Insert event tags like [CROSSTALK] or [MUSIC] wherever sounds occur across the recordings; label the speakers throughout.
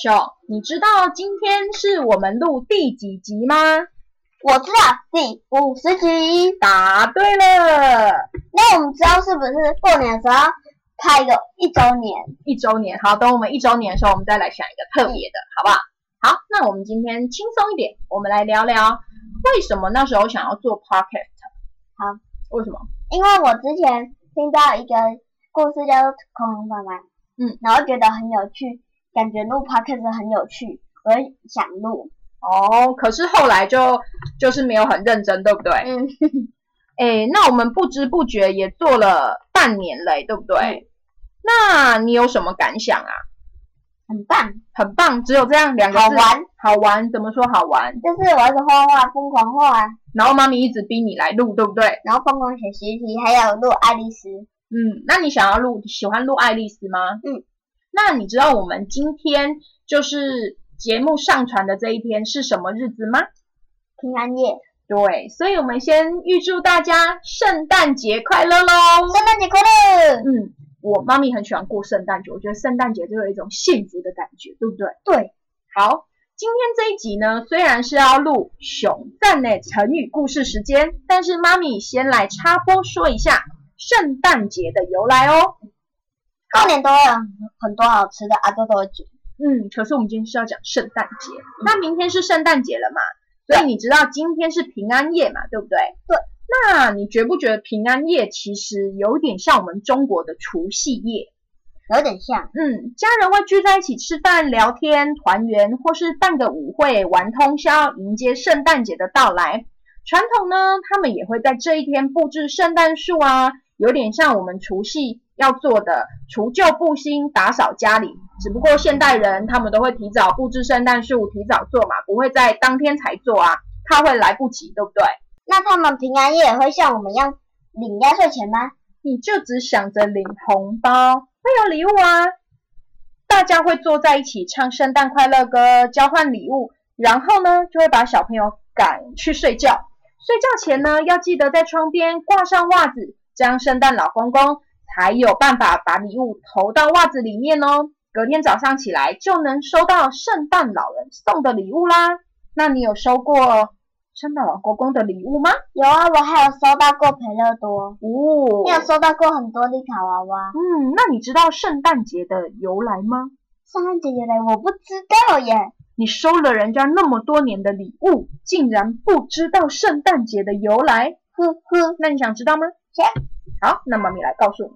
Speaker 1: 熊，你知道今天是我们录第几集吗？
Speaker 2: 我知道第五十集，
Speaker 1: 答对了，
Speaker 2: 那我们知道是不是过年的时候开个一周年？
Speaker 1: 一周年。好，等我们一周年的时候，我们再来想一个特别的，好不好？好，那我们今天轻松一点，我们来聊聊为什么那时候想要做 podcast。
Speaker 2: 好，
Speaker 1: 为什么？
Speaker 2: 因为我之前听到一个故事叫做《恐龙妈妈》，
Speaker 1: 嗯，
Speaker 2: 然后觉得很有趣，感觉录 podcast 很有趣，我就想录，
Speaker 1: 哦，可是后来就就是没有很认真，对不对？
Speaker 2: 嗯，
Speaker 1: 哎，那我们不知不觉也做了半年嘞，对不对？
Speaker 2: 嗯
Speaker 1: 那你有什么感想啊？
Speaker 2: 很棒，
Speaker 1: 很棒，只有这样两个字，
Speaker 2: 好玩，
Speaker 1: 好玩，怎么说好玩？
Speaker 2: 就是我一直画画，疯狂画，
Speaker 1: 然后妈咪一直逼你来录，对不对？
Speaker 2: 然后疯狂写习题，还有录爱丽丝，
Speaker 1: 嗯，那你想要录喜欢录爱丽丝吗？
Speaker 2: 嗯，
Speaker 1: 那你知道我们今天就是节目上传的这一天是什么日子吗？
Speaker 2: 平安夜，
Speaker 1: 对，所以我们先预祝大家圣诞节快乐喽！
Speaker 2: 圣诞节快乐！
Speaker 1: 嗯，我妈咪很喜欢过圣诞节，我觉得圣诞节就有一种幸福的感觉，对不对？
Speaker 2: 对，
Speaker 1: 好，今天这一集呢，虽然是要录熊赞美成语故事时间，但是妈咪先来插播说一下圣诞节的由来哦。
Speaker 2: 过年都有很多好吃的阿豆豆煮，
Speaker 1: 嗯，可是我们今天是要讲圣诞节，那明天是圣诞节了嘛？所以你知道今天是平安夜嘛，对不对？
Speaker 2: 对。
Speaker 1: 那你觉不觉得平安夜其实有点像我们中国的除夕夜？
Speaker 2: 有点像，
Speaker 1: 嗯，家人会聚在一起吃饭、聊天、团圆，或是办个舞会玩通宵，迎接圣诞节的到来。传统呢，他们也会在这一天布置圣诞树啊，有点像我们除夕要做的除旧布新、打扫家里。只不过现代人他们都会提早布置圣诞树，提早做嘛，不会在当天才做啊，怕会来不及，对不对？
Speaker 2: 那他们平安夜也会像我们一样领压岁钱吗？
Speaker 1: 你就只想着领红包，会有礼物啊！大家会坐在一起唱圣诞快乐歌，交换礼物，然后呢，就会把小朋友赶去睡觉。睡觉前呢，要记得在窗边挂上袜子，这样圣诞老公公才有办法把礼物投到袜子里面哦。隔天早上起来就能收到圣诞老人送的礼物啦。那你有收过圣诞老公公的礼物吗？
Speaker 2: 有啊，我还有收到过培乐多，
Speaker 1: 哦
Speaker 2: 你有收到过很多丽卡娃娃。
Speaker 1: 嗯，那你知道圣诞节的由来吗？
Speaker 2: 圣诞节原来我不知道耶，哦
Speaker 1: 你收了人家那么多年的礼物，竟然不知道圣诞节的由来，
Speaker 2: 呵呵，
Speaker 1: 那你想知道吗？
Speaker 2: 想
Speaker 1: 好，那妈咪来告诉你，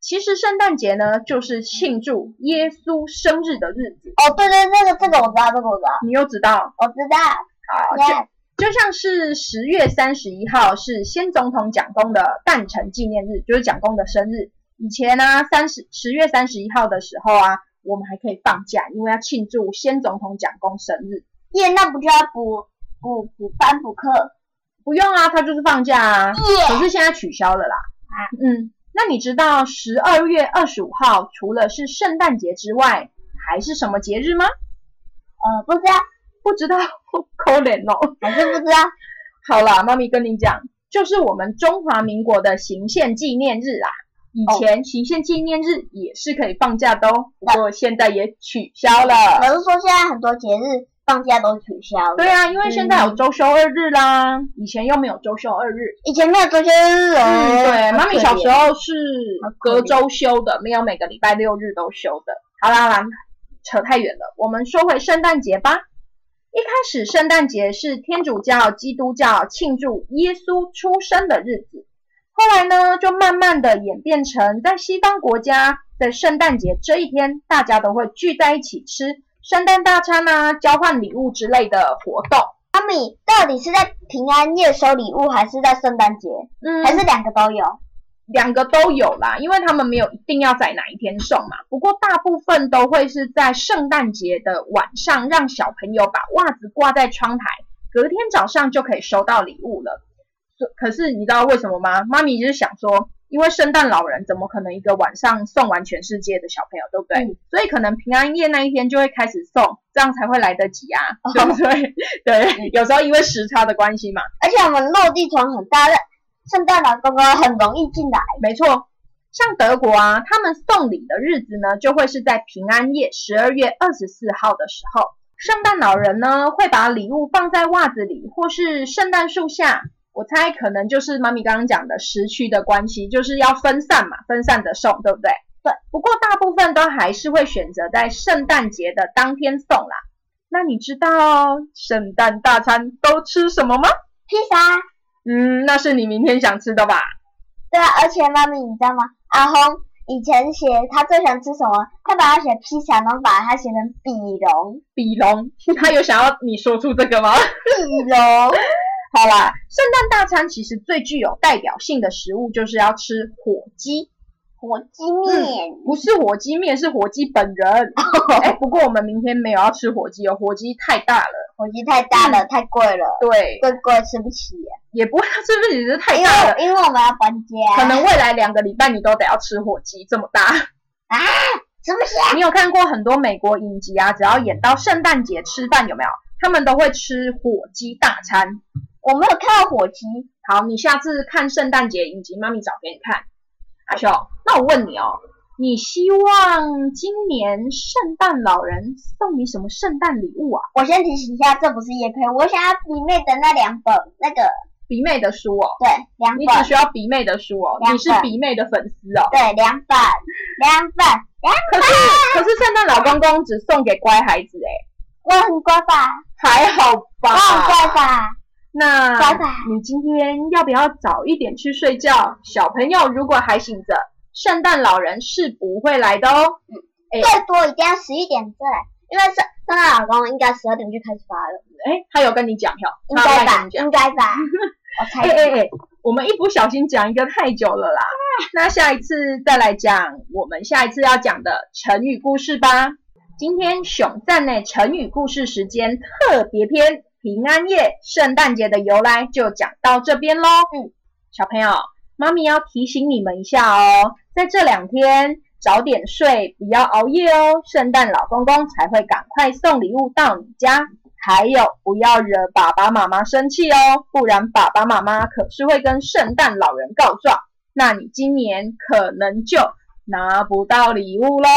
Speaker 1: 其实圣诞节呢，就是庆祝耶稣生日的日子。
Speaker 2: 哦，对对，这个这个我知道，这个我知道，
Speaker 1: 你又知道，哦
Speaker 2: 我知道，
Speaker 1: 好，就
Speaker 2: 耶，
Speaker 1: 就像是十月三十一号是先总统蒋公的诞辰纪念日，就是蒋公的生日。以前呢、3三十十月三十一号的时候啊，我们还可以放假，因为要庆祝先总统蒋公生日。
Speaker 2: 耶，那不就要补补补班补课？
Speaker 1: 不用啊，他就是放假啊。可
Speaker 2: 耶，
Speaker 1: 是现在取消了啦。
Speaker 2: 啊，
Speaker 1: 嗯，那你知道十二月二十五号除了是圣诞节之外，还是什么节日吗？
Speaker 2: 呃，不知道，
Speaker 1: 不知道， [LAUGHS] 可怜哦。
Speaker 2: 还是不知道，
Speaker 1: 好啦，妈咪跟你讲，就是我们中华民国的行宪纪念日啊。以前行宪纪念日也是可以放假的哦，不过现在也取消了。
Speaker 2: 我是说现在很多节日放假都取消了，
Speaker 1: 哦对啊，因为现在有周休二日啦，以前又没有周休二日。
Speaker 2: 以前没有周休日哦，
Speaker 1: 嗯，对，妈咪小时
Speaker 2: 候，
Speaker 1: 候是
Speaker 2: 好可
Speaker 1: 隔
Speaker 2: 怜
Speaker 1: 周休的，没有每个礼拜六日都休的。好啦好啦，扯太远了，我们说回圣诞节吧。一开始，圣诞节是天主教、基督教庆祝耶稣出生的日子。后来呢，就慢慢的演变成在西方国家的圣诞节这一天，大家都会聚在一起吃圣诞大餐啊，交换礼物之类的活动。
Speaker 2: 妈咪到底是在平安夜收礼物，还是在圣诞节，
Speaker 1: 嗯
Speaker 2: 还是两个都有？
Speaker 1: 两个都有啦，因为他们没有一定要在哪一天送嘛。不过大部分都会是在圣诞节的晚上，让小朋友把袜子挂在窗台，隔天早上就可以收到礼物了。所可是你知道为什么吗？妈咪就是想说，因为圣诞老人怎么可能一个晚上送完全世界的小朋友，对不对？
Speaker 2: 嗯
Speaker 1: 所以可能平安夜那一天就会开始送，这样才会来得及啊，对不对？ [LAUGHS] 对，有时候因为时差的关系嘛，
Speaker 2: 而且我们落地窗很大，让圣诞老公公很容易进来。
Speaker 1: 没错，像德国啊，他们送礼的日子呢，就会是在平安夜，十二月二十四号的时候。圣诞老人呢，会把礼物放在袜子里，或是圣诞树下。我猜可能就是妈咪刚刚讲的时区的关系，就是要分散嘛，分散的送，对不对？对。不过大部分都还是会选择在圣诞节的当天送啦。那你知道圣诞大餐都吃什么吗？
Speaker 2: 披萨，啊
Speaker 1: 嗯，那是你明天想吃的吧？
Speaker 2: 对啊，而且妈咪你知道吗？阿红以前写他最想吃什么，他把它写披萨，然后把它写成比龙，
Speaker 1: 比 [LAUGHS] 龙，他有想要你说出这个吗？
Speaker 2: 比龙。
Speaker 1: 好啦，圣诞大餐其实最具有代表性的食物就是要吃火鸡，
Speaker 2: 火鸡面，
Speaker 1: 不是火鸡面，是火鸡本 [LAUGHS] 人。哎、不过我们明天没有要吃火鸡哦，火鸡太大了，
Speaker 2: 火鸡太大
Speaker 1: 嗯
Speaker 2: 了，太贵了，
Speaker 1: 对，哎
Speaker 2: 贵贵吃不起。
Speaker 1: 也不会是不是只是太
Speaker 2: 因
Speaker 1: 大了？
Speaker 2: 为因为我们要搬家，
Speaker 1: 可能未来两个礼拜你都得要吃火鸡，这么大。
Speaker 2: 吃不起。
Speaker 1: 你有看过很多美国影集啊？只要演到圣诞节吃饭，有没有？他们都会吃火鸡大餐。
Speaker 2: 我没有看到火鸡，
Speaker 1: 好，你下次看圣诞节影集，妈咪找给你看。阿秀，那我问你哦，你希望今年圣诞老人送你什么圣诞礼物啊？
Speaker 2: 我先提醒一下，这不是叶配，我想要里面的那两本，那个
Speaker 1: 比妹的书哦，
Speaker 2: 对，两
Speaker 1: 你只
Speaker 2: 本，
Speaker 1: 需要比妹的书哦，
Speaker 2: 两本
Speaker 1: 你是比妹的粉丝哦。 [LAUGHS]
Speaker 2: 对，两本，两本，两
Speaker 1: 可是可是圣诞老公公只送给乖孩子哎，
Speaker 2: 我很乖吧，
Speaker 1: 还好
Speaker 2: 我很
Speaker 1: 吧？
Speaker 2: 乖吧，
Speaker 1: 那
Speaker 2: 乖吧
Speaker 1: 你今天要不要早一点去睡觉？小朋友如果还醒着，圣诞老人是不会来的哦。哎
Speaker 2: 最多一定要十一点再来，因为圣圣诞老公应该十二点就开始发了，
Speaker 1: 哎，他有跟你讲哟，
Speaker 2: 应
Speaker 1: 他有
Speaker 2: 该
Speaker 1: 跟
Speaker 2: 吧
Speaker 1: 你，讲。
Speaker 2: 应该吧，我猜
Speaker 1: 哎 [LAUGHS] 哎哎，我们一不小心讲一个太久了啦，那下一次再来讲我们下一次要讲的成语故事吧。今天熊赞呢成语故事时间特别篇，平安夜、圣诞节的由来就讲到这边喽。嗯，小朋友，妈咪要提醒你们一下哦，在这两天早点睡，不要熬夜哦，圣诞老公公才会赶快送礼物到你家。还有，不要惹爸爸妈妈生气哦，不然爸爸妈妈可是会跟圣诞老人告状，那你今年可能就拿不到礼物喽。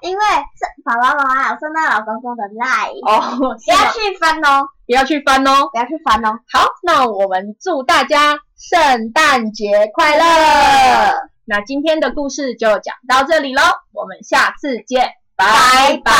Speaker 2: 因为圣爸爸妈妈还有圣诞老公公的赖，
Speaker 1: 哦，
Speaker 2: 不
Speaker 1: 是
Speaker 2: 要
Speaker 1: 吗
Speaker 2: 去翻哦，
Speaker 1: 不要去翻哦。
Speaker 2: 不要去翻哦，
Speaker 1: 好，那我们祝大家圣诞节快乐。那今天的故事就讲到这里喽，我们下次见，拜拜。